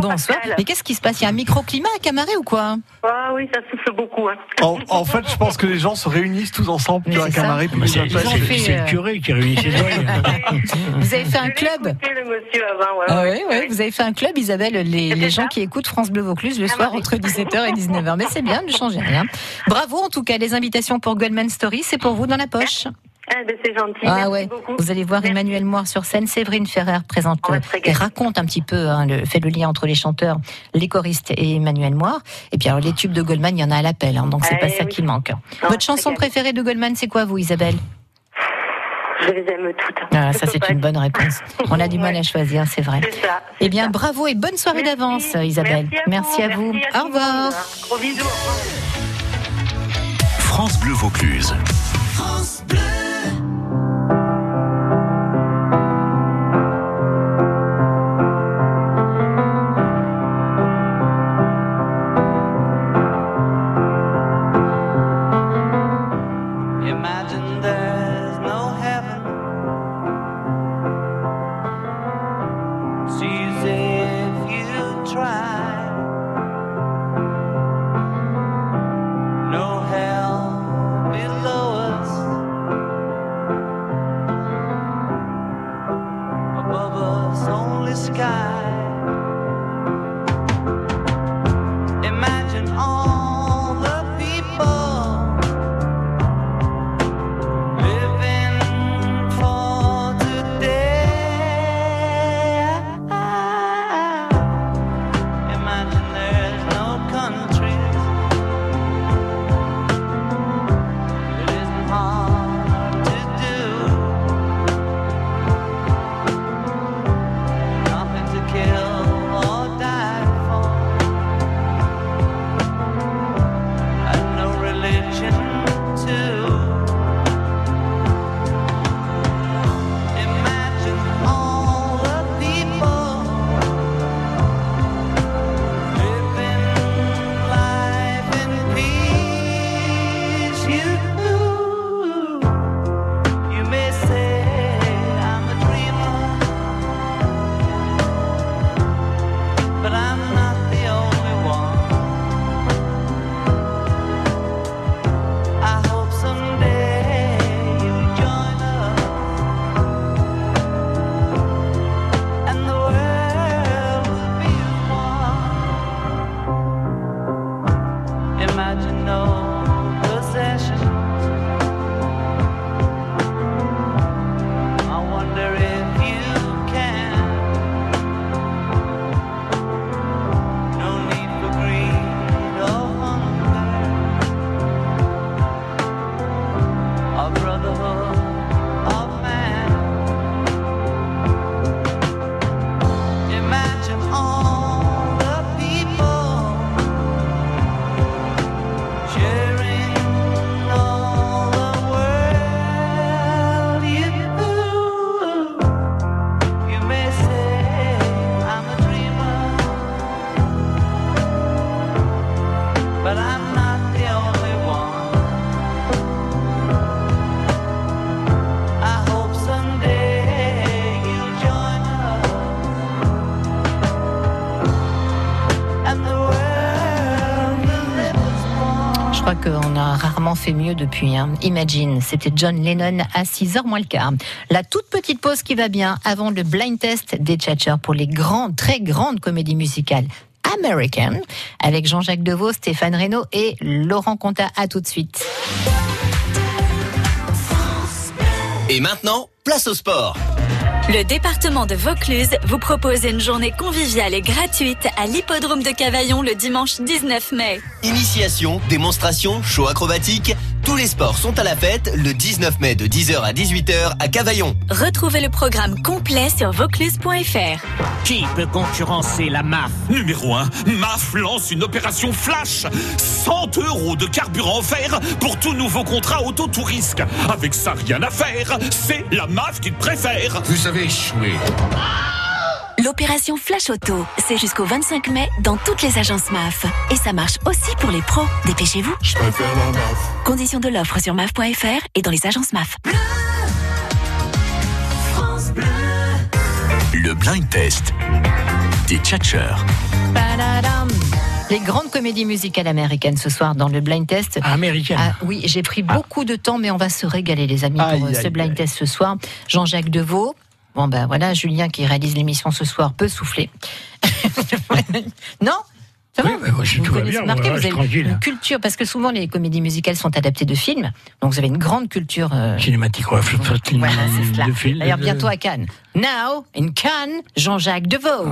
bonsoir. Mais qu'est-ce qui se passe Il y a un microclimat à Camaret ou quoi Ah oui, ça souffle beaucoup. hein. En, en fait, je pense que les gens se réunissent tous ensemble, tu vois, camarade, puis Mais ils euh, c'est- appellent. c'est- c'est le curé qui réunit ses doigts. Vous avez fait un club Le monsieur avant, ouais. Ah oui, oui, vous avez fait un club, Isabelle, les, les gens qui écoutent France Bleu Vaucluse le Ah bah soir entre 17h et 19h. Mais c'est bien, ne changez rien. Bravo en tout cas, les invitations pour Goldman Story, c'est pour vous dans la poche. Ah, ben, c'est gentil. Ah ouais, vous allez voir Emmanuel Moir sur scène, Séverine Ferrer présente Oh, euh, et raconte un petit peu, hein, le, fait le lien entre les chanteurs, les choristes et Emmanuel Moir. Et puis alors les tubes de Goldman, il y en a à l'appel, hein, donc c'est Eh pas ça qui manque. Votre chanson préférée de Goldman, c'est quoi vous, Isabelle Je les aime toutes. Ah, ça c'est une bonne réponse. On a du mal à choisir, c'est vrai. Eh bien, bravo et bonne soirée d'avance, Isabelle. Merci à vous. Au revoir. Gros bisous. France Bleu Vaucluse. Imagine there's no heaven. See if you try. No hell below us. Above us, only sky. Imagine all the people. Living for today. Imagine there's no countries. It isn't hard to do. Nothing to kill or die for. And no religion too. Imagine all the people living life in peace. You, you may say I'm a dreamer, but I'm not the only one. I hope someday you join us. And the world will be one. Imagine no possessions. I wonder if you can. No need for greed or hunger. Our brotherhood of man. Imagine all the people sharing all the world. You, you may say I'm a dreamer, but I'm not the only one. I hope someday you'll join us. Je crois qu'on a rarement fait mieux depuis. hein. Imagine, c'était John Lennon à 6h moins le quart. La toute petite pause qui va bien avant le blind test des Tchatchers pour les grandes, très grandes comédies musicales. American, avec Jean-Jacques Deveau, Stéphane Reynaud et Laurent Conta. À tout de suite. Et maintenant, place au sport. Le département de Vaucluse vous propose une journée conviviale et gratuite à l'hippodrome de Cavaillon le dimanche 19 mai. Initiation, démonstration, show acrobatique, tous les sports sont à la fête le 19 mai de 10h à 18h à Cavaillon. Retrouvez le programme complet sur vaucluse.fr. Qui peut concurrencer la MAF Numéro 1, MAF lance une opération flash 100 euros de carburant offert pour tout nouveau contrat auto-tourisque. Avec ça, rien à faire, c'est la MAF qui préfère. Vous avez échoué. L'opération Flash Auto, c'est jusqu'au 25 mai dans toutes les agences MAF. Et ça marche aussi pour les pros. Dépêchez-vous. Je préfère la MAF. Conditions de l'offre sur MAF.fr et dans les agences MAF. Le blind test des tchatcheurs. Padadam. Les grandes comédies musicales américaines ce soir dans le blind test. Américaine. Ah, oui, j'ai pris beaucoup de temps, mais on va se régaler, les amis, pour Aïe, euh, ce aïe, blind test ce soir. Jean-Jacques Deveau. Bon, ben voilà, Julien qui réalise l'émission ce soir peut souffler. non ça va je- Vous tout va connaissez bien, Marquez, moi, vous je suis avez tranquille. une culture, parce que souvent les comédies musicales sont adaptées de films, donc vous avez une grande culture. euh, Cinématique, ouais, voilà, c'est cela. de film. D'ailleurs, de- bientôt à Cannes. Now, in Cannes, Jean-Jacques Deveau.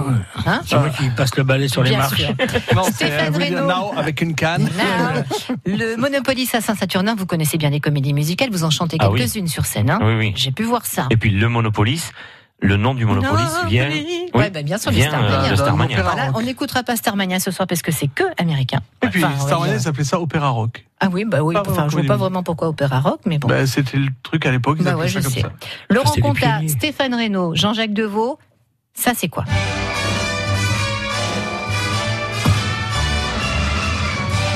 Hein C'est vrai qu'il passe le balai Ah sur les Bien marches. sûr. Non, c'est Stéphane euh, William Reynaud. Now avec une canne. Now, le Monopoly à Saint-Saturnin, vous connaissez bien les comédies musicales, vous en chantez Ah oui. quelques-unes sur scène. hein. Oui, oui. J'ai pu voir ça. Et puis le Monopolis, le nom du Monopolis vient. Ouais, oui, bah, bien sûr, le vient, euh, Starmania. Bah, de Starmania. Voilà, on n'écoutera pas Starmania ce soir parce que c'est que américain. Et puis, Enfin, on va Starmania dire- s'appelait ça Opéra Rock. Ah oui, bah oui, Pas enfin, vraiment je vois connu. pas vraiment pourquoi opéra rock, mais bon. Bah, C'était le truc à l'époque, ils Bah appelaient ouais, ça je comme sais. ça. Laurent C'était les Conta, pionniers. Stéphane Reynaud, Jean-Jacques Deveau, ça c'est quoi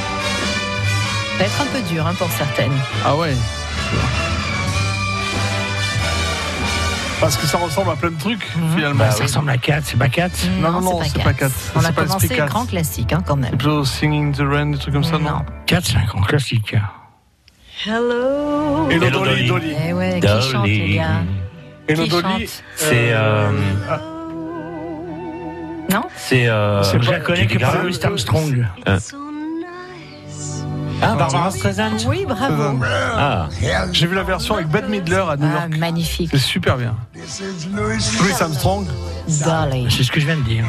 Ça va être un peu dur hein, pour certaines. Ah ouais Parce que ça ressemble à plein de trucs, Mhm. finalement. Bah, ça ressemble à 4, c'est pas 4 Non, non, non, c'est pas 4. On a commencé grand classique hein, quand même. Plutôt Singing in the Rain, des trucs comme ça, non Mm. 4, c'est un grand classique. Ah. Hello. Hello, Hello, Dolly, Dolly. Dolly. Eh ouais, Dolly. qui chante les gars Hello, Qui Dolly, chante C'est. euh, Non C'est. euh, C'est je la connais Judy que par Garland. Louis Armstrong. Euh, Ah, Barbara Streisand Oui, bravo. Ah. J'ai vu la version avec Bette Midler à New Ah, York. magnifique. C'est super bien. Louis Armstrong. Dolly. C'est ce que je viens de dire.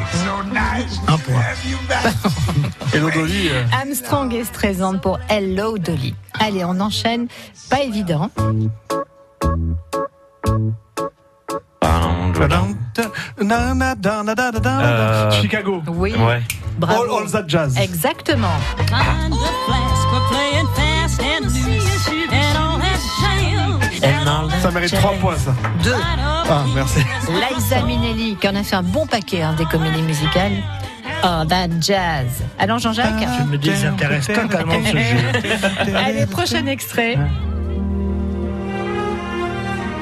Un point. Hello, Dolly. euh, Armstrong est présente pour Hello Dolly. Allez, on enchaîne. Pas évident. na, na, da, na, da, da, da, da. Euh, Chicago. Oui. Ouais. Bravo. All, all that jazz. Exactement. Ça mérite 3 points, ça. Deux. Ah, merci. Liza Minnelli, qui en a fait un bon paquet hein, des comédies musicales. Oh, that jazz. Allons, Ah, Jean-Jacques Je me désintéresse totalement de ce jeu. hein. Allez, prochain extrait.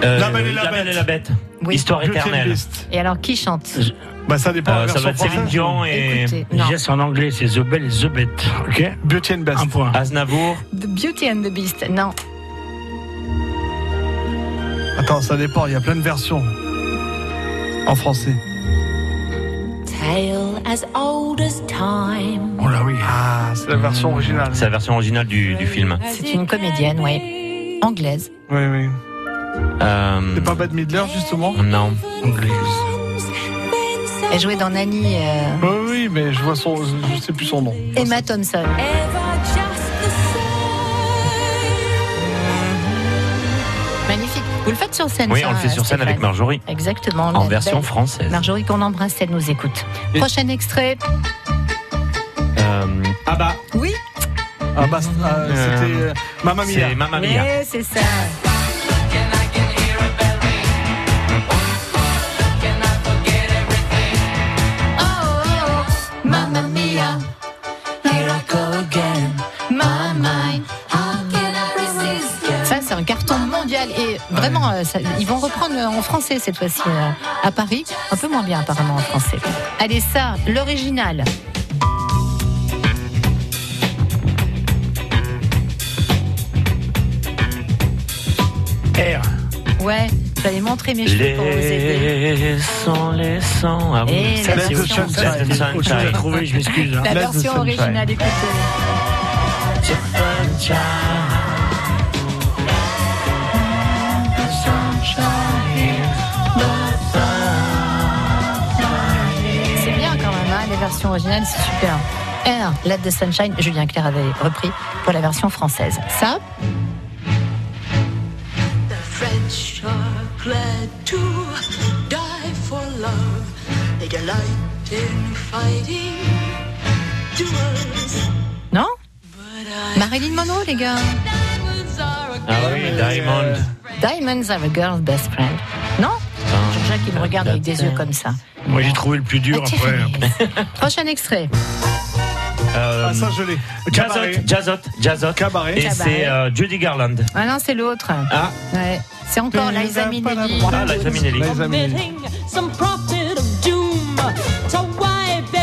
euh, La Belle et la Belle Bête. Bête. Oui. Histoire Guilty éternelle. List. Et alors, qui chante Bah, ça dépend. Euh, de la ça va version être Céline française. Dion et Écoutez, non. Déjà, c'est en anglais, c'est The Bell et The Bête. Ok Beauty and Best. Un point. Aznavour. The Beauty and the Beast. Non. Attends, ça dépend. Il y a plein de versions. En français. Tale as old as time. Oh là oui. Ah, c'est la version originale. C'est la version originale du, du film. C'est une comédienne, oui. Anglaise. Oui, oui. Euh, C'est pas Bad Midler, justement Non. Anglaise. Elle jouait dans Nanny euh, Oui, oui, mais je vois son. Je sais plus son nom. Emma Thompson. Magnifique. Vous le faites sur scène Oui, ça, euh, on le fait sur scène Stéphane avec Marjorie. Exactement. En la version belle française. Marjorie qu'on embrasse, elle nous écoute. Et- Prochain extrait. Euh, Ah bah. Oui. Ah bah, c'est- ah, c'était. euh, Mamma Mia. c'est Mamma Mia. Ouais, c'est ça. Oh, oh, oh, Mamma mia, here I go again, my mind, how can I resist? Ça, c'est un carton mondial et vraiment, euh, ça- ils vont reprendre euh, en français cette fois-ci euh, à Paris. Un peu moins bien, apparemment, en français. Allez, ça, l'original. R. Ouais, j'allais montrer mes cheveux pour vous aider. Laissons, laissons. Ah Et oui, la C'est autre version chose. C'est autre chose à trouver, je m'excuse. hein. La Let's version do sunshine. originale, écoutez. hein, version originale, c'est super. Air, Let the Sunshine, Julien Clerc avait repris pour la version française. Ça, The French are glad to die for love. They delight in fighting duels. non Marilyn Monroe, les gars. Ah euh, oui, Diamond. Diamonds are a girl's best friend. Non Jean-Jacques, il me regarde avec des yeux comme ça. Moi, j'ai trouvé le plus Ah, dur après. Prochain extrait. Ah, ça, je l'ai. Jazzot, Jazzot, Jazzot. Cabaret. Et Cabaret. c'est euh, Judy Garland. Ah non, c'est l'autre. Ah. Ouais. C'est encore Liza Minnelli. Ah, Liza Minnelli.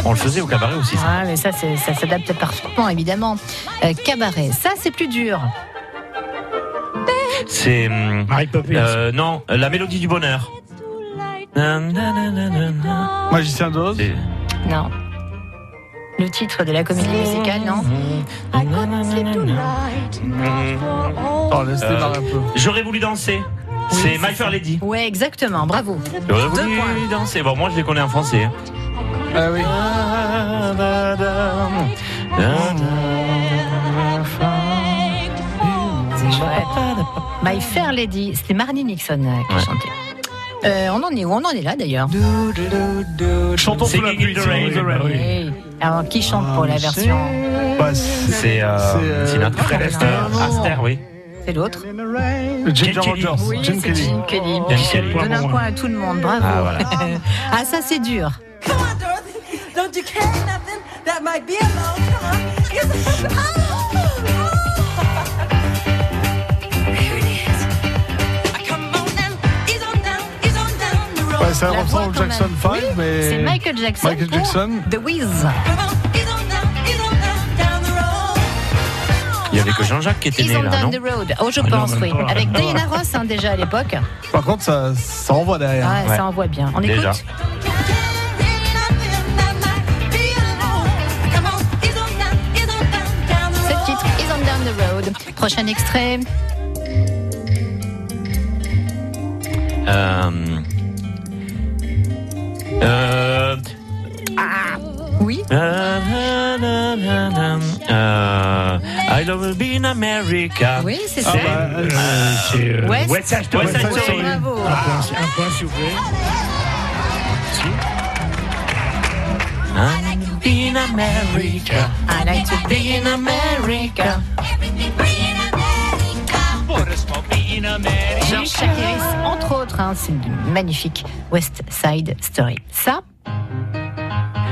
On le faisait au cabaret aussi. ça. Ah, mais ça, c'est- ça s'adapte parfaitement, évidemment. Euh, cabaret, ça, c'est plus dur. Ah. C'est. Marie Euh, Poppins. Non, La Mélodie du Bonheur. Magicien d'Oz. Non. Le titre de la comédie musicale, non Oh, Ah, laisse démarrer un peu. J'aurais voulu danser. C'est My Fair Lady. Ouais, exactement, bravo. J'aurais voulu danser. Bon, moi, je les connais en français. hein. Ah, Ah oui. C'est chouette. My Fair Lady, c'était Marnie Nixon euh, qui chantait. Euh, on en est où On en est là d'ailleurs. Chantons sous la pluie. rain. sous la Ah, pluie. Oui. Alors, qui chante pour la version Bah, c'est- C'est euh, Sinatra. Fred Astaire. Euh, Astaire, oui. C'est l'autre Jim Kelly. Rogers. Oui, Jim c'est Kelly. Jim Kelly. Jim Kelly. Donne un point à tout le monde, bravo. Ah, voilà. Ah, ça c'est dur. Don't you care nothing that might be alone? Come on. It's- Oh! Here it is. Come on and ease on down, ease on down the road. Ouais, ça La ressemble voix au quand Ben, Jackson même. 5, Oui, mais. C'est Michael Jackson. Michael pour Jackson. The Wiz. Il n'y avait que Jean-Jacques qui était Ils né on là, non down the road. Oh, je Ah non, pense, même oui. pas. Avec Diana Ross hein, déjà à l'époque. Par contre, ça, ça envoie derrière. Ah, ça envoie bien. On Déjà. écoute C'est le titre Is on down the road. Prochain extrait. Euh, euh, Oui. euh, na, na, na, na, euh, I love being America. Oui, c'est Ah ça. Ah, bah, euh, C'est euh, West. West Side Story. West Side Ouais, Story. bravo. Un point, un point, s'il vous plaît. I'm being America. I Ah. like to be in America. George Chakiris, entre autres, hein, c'est une magnifique West Side Story. Ça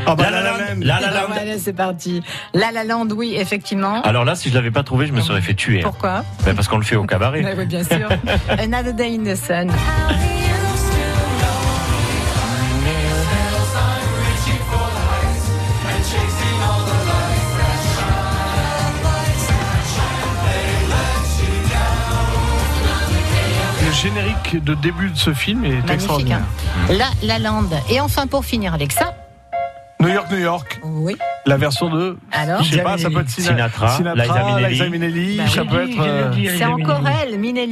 Ah bah, La La Land. La La Land. Voilà, c'est parti. La La Land, oui, effectivement. Alors là, si je l'avais pas trouvé, je me serais fait tuer. Pourquoi Ben, parce qu'on le fait au Bah cabaret. oui, bien sûr. Another Day in the Sun. Le générique de début de ce film est Magnifique. extraordinaire. hein. La La Land. Et enfin, pour finir avec ça. New York, New York. Oui. La version de. Alors Je sais pas, ça peut être Sina- Sinatra, Liza Minnelli. Liza Minnelli, Bah ça oui. peut être. euh, C'est encore elle, Minelli.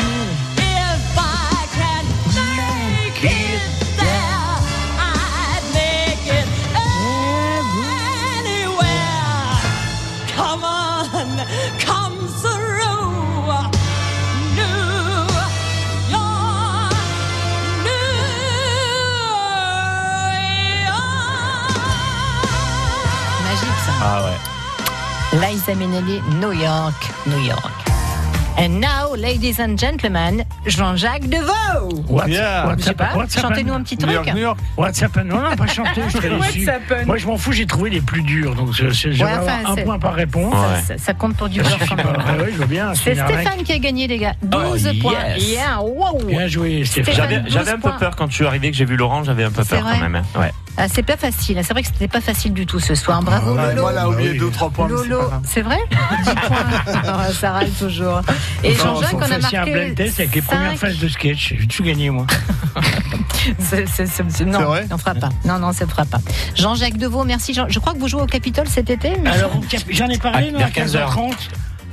Come on, come through. New York, New Magique ça. Ah ouais. Liza Minnelli, New York, New York. And now, ladies and gentlemen, Jean-Jacques Deveau. What- Yeah. what's Ah, Je sais up- pas, what's happened? chantez-nous un petit New truc. York, New York. What's happened Non, non, pas chanter, je serais What's déçu. happened Moi, je m'en fous, j'ai trouvé les plus durs. Donc, je- je- je vais Ouais, avoir enfin, un c'est- point par réponse. Ça, Ouais. ça- ça compte pour du Ça beurre suffit quand pas. même. Ah oui, je veux bien. C'est une arnaque. Stéphane qui a gagné, les gars. 12 Oh, points. yes. Yeah, wow. Bien joué, Stéphane. Stéphane. J'avais, j'avais un 12 peu points. peur quand je suis arrivé, que j'ai vu Laurent, j'avais un peu C'est peur vrai quand même. hein. Ouais. Ah, c'est pas facile. hein. C'est vrai que c'était pas facile du tout ce soir. Bravo, Ouais, Lolo. moi, là, oublié oui. deux, trois points. mais c'est pas Lolo, grave. c'est vrai 10 points. Ah, ça râle toujours. Et Enfin, Jean-Jacques, on on a faisait un marqué. blind test avec les premières cinq. phases de sketch. J'ai tout gagné, moi. C'est- c'est- c'est- c'est- C'est non, vrai on fera pas. Non, non, ça ne fera pas. Jean-Jacques Deveau, merci. Jean- je crois que vous jouez au Capitole cet été. mais- Alors, au Cap- j'en ai parlé, Ah, non, vers à 15h30.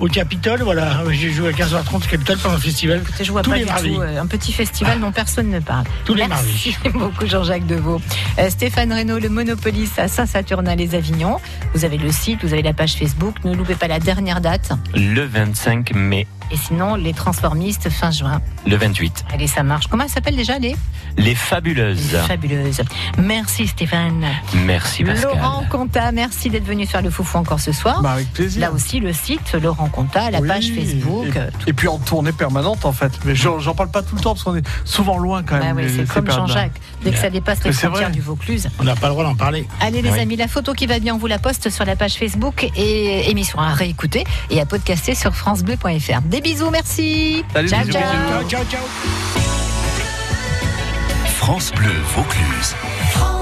au Capitole, voilà. J'ai joué à 15h30 au Capitole pendant le festival. Je vois tous pas les du mardis. tout euh, un petit festival dont personne ne parle. Tous les Merci beaucoup Jean-Jacques Deveau. Euh, Stéphane Reynaud, le Monopolis à Saint-Saturnin-les-Avignon. Vous avez le site, vous avez la page Facebook. Ne loupez pas la dernière date. Le 25 mai, Et sinon, les transformistes fin juin. le 28. Allez, ça marche. Comment elle s'appelle déjà les Les Fabuleuses. Fabuleuses. Merci Stéphane. Merci Pascal. Laurent Conta, merci d'être venu faire le foufou encore ce soir. Bah, avec plaisir. Là aussi, le site Laurent Conta, la page Facebook. euh, Et puis en tournée permanente en fait. Mais j'en j'en parle pas tout le temps parce qu'on est souvent loin quand bah même. oui, les- c'est ces comme périodes-là. Jean-Jacques. Dès que ça dépasse les Mais c'est frontières vrai. du Vaucluse. On n'a pas le droit d'en parler. Allez les Oui. amis, la photo qui va bien, on vous la poste sur la page Facebook et émission à réécouter et à podcaster sur francebleu.fr. Des bisous, merci. Ciao, ciao. ciao, ciao. France Bleu Vaucluse. France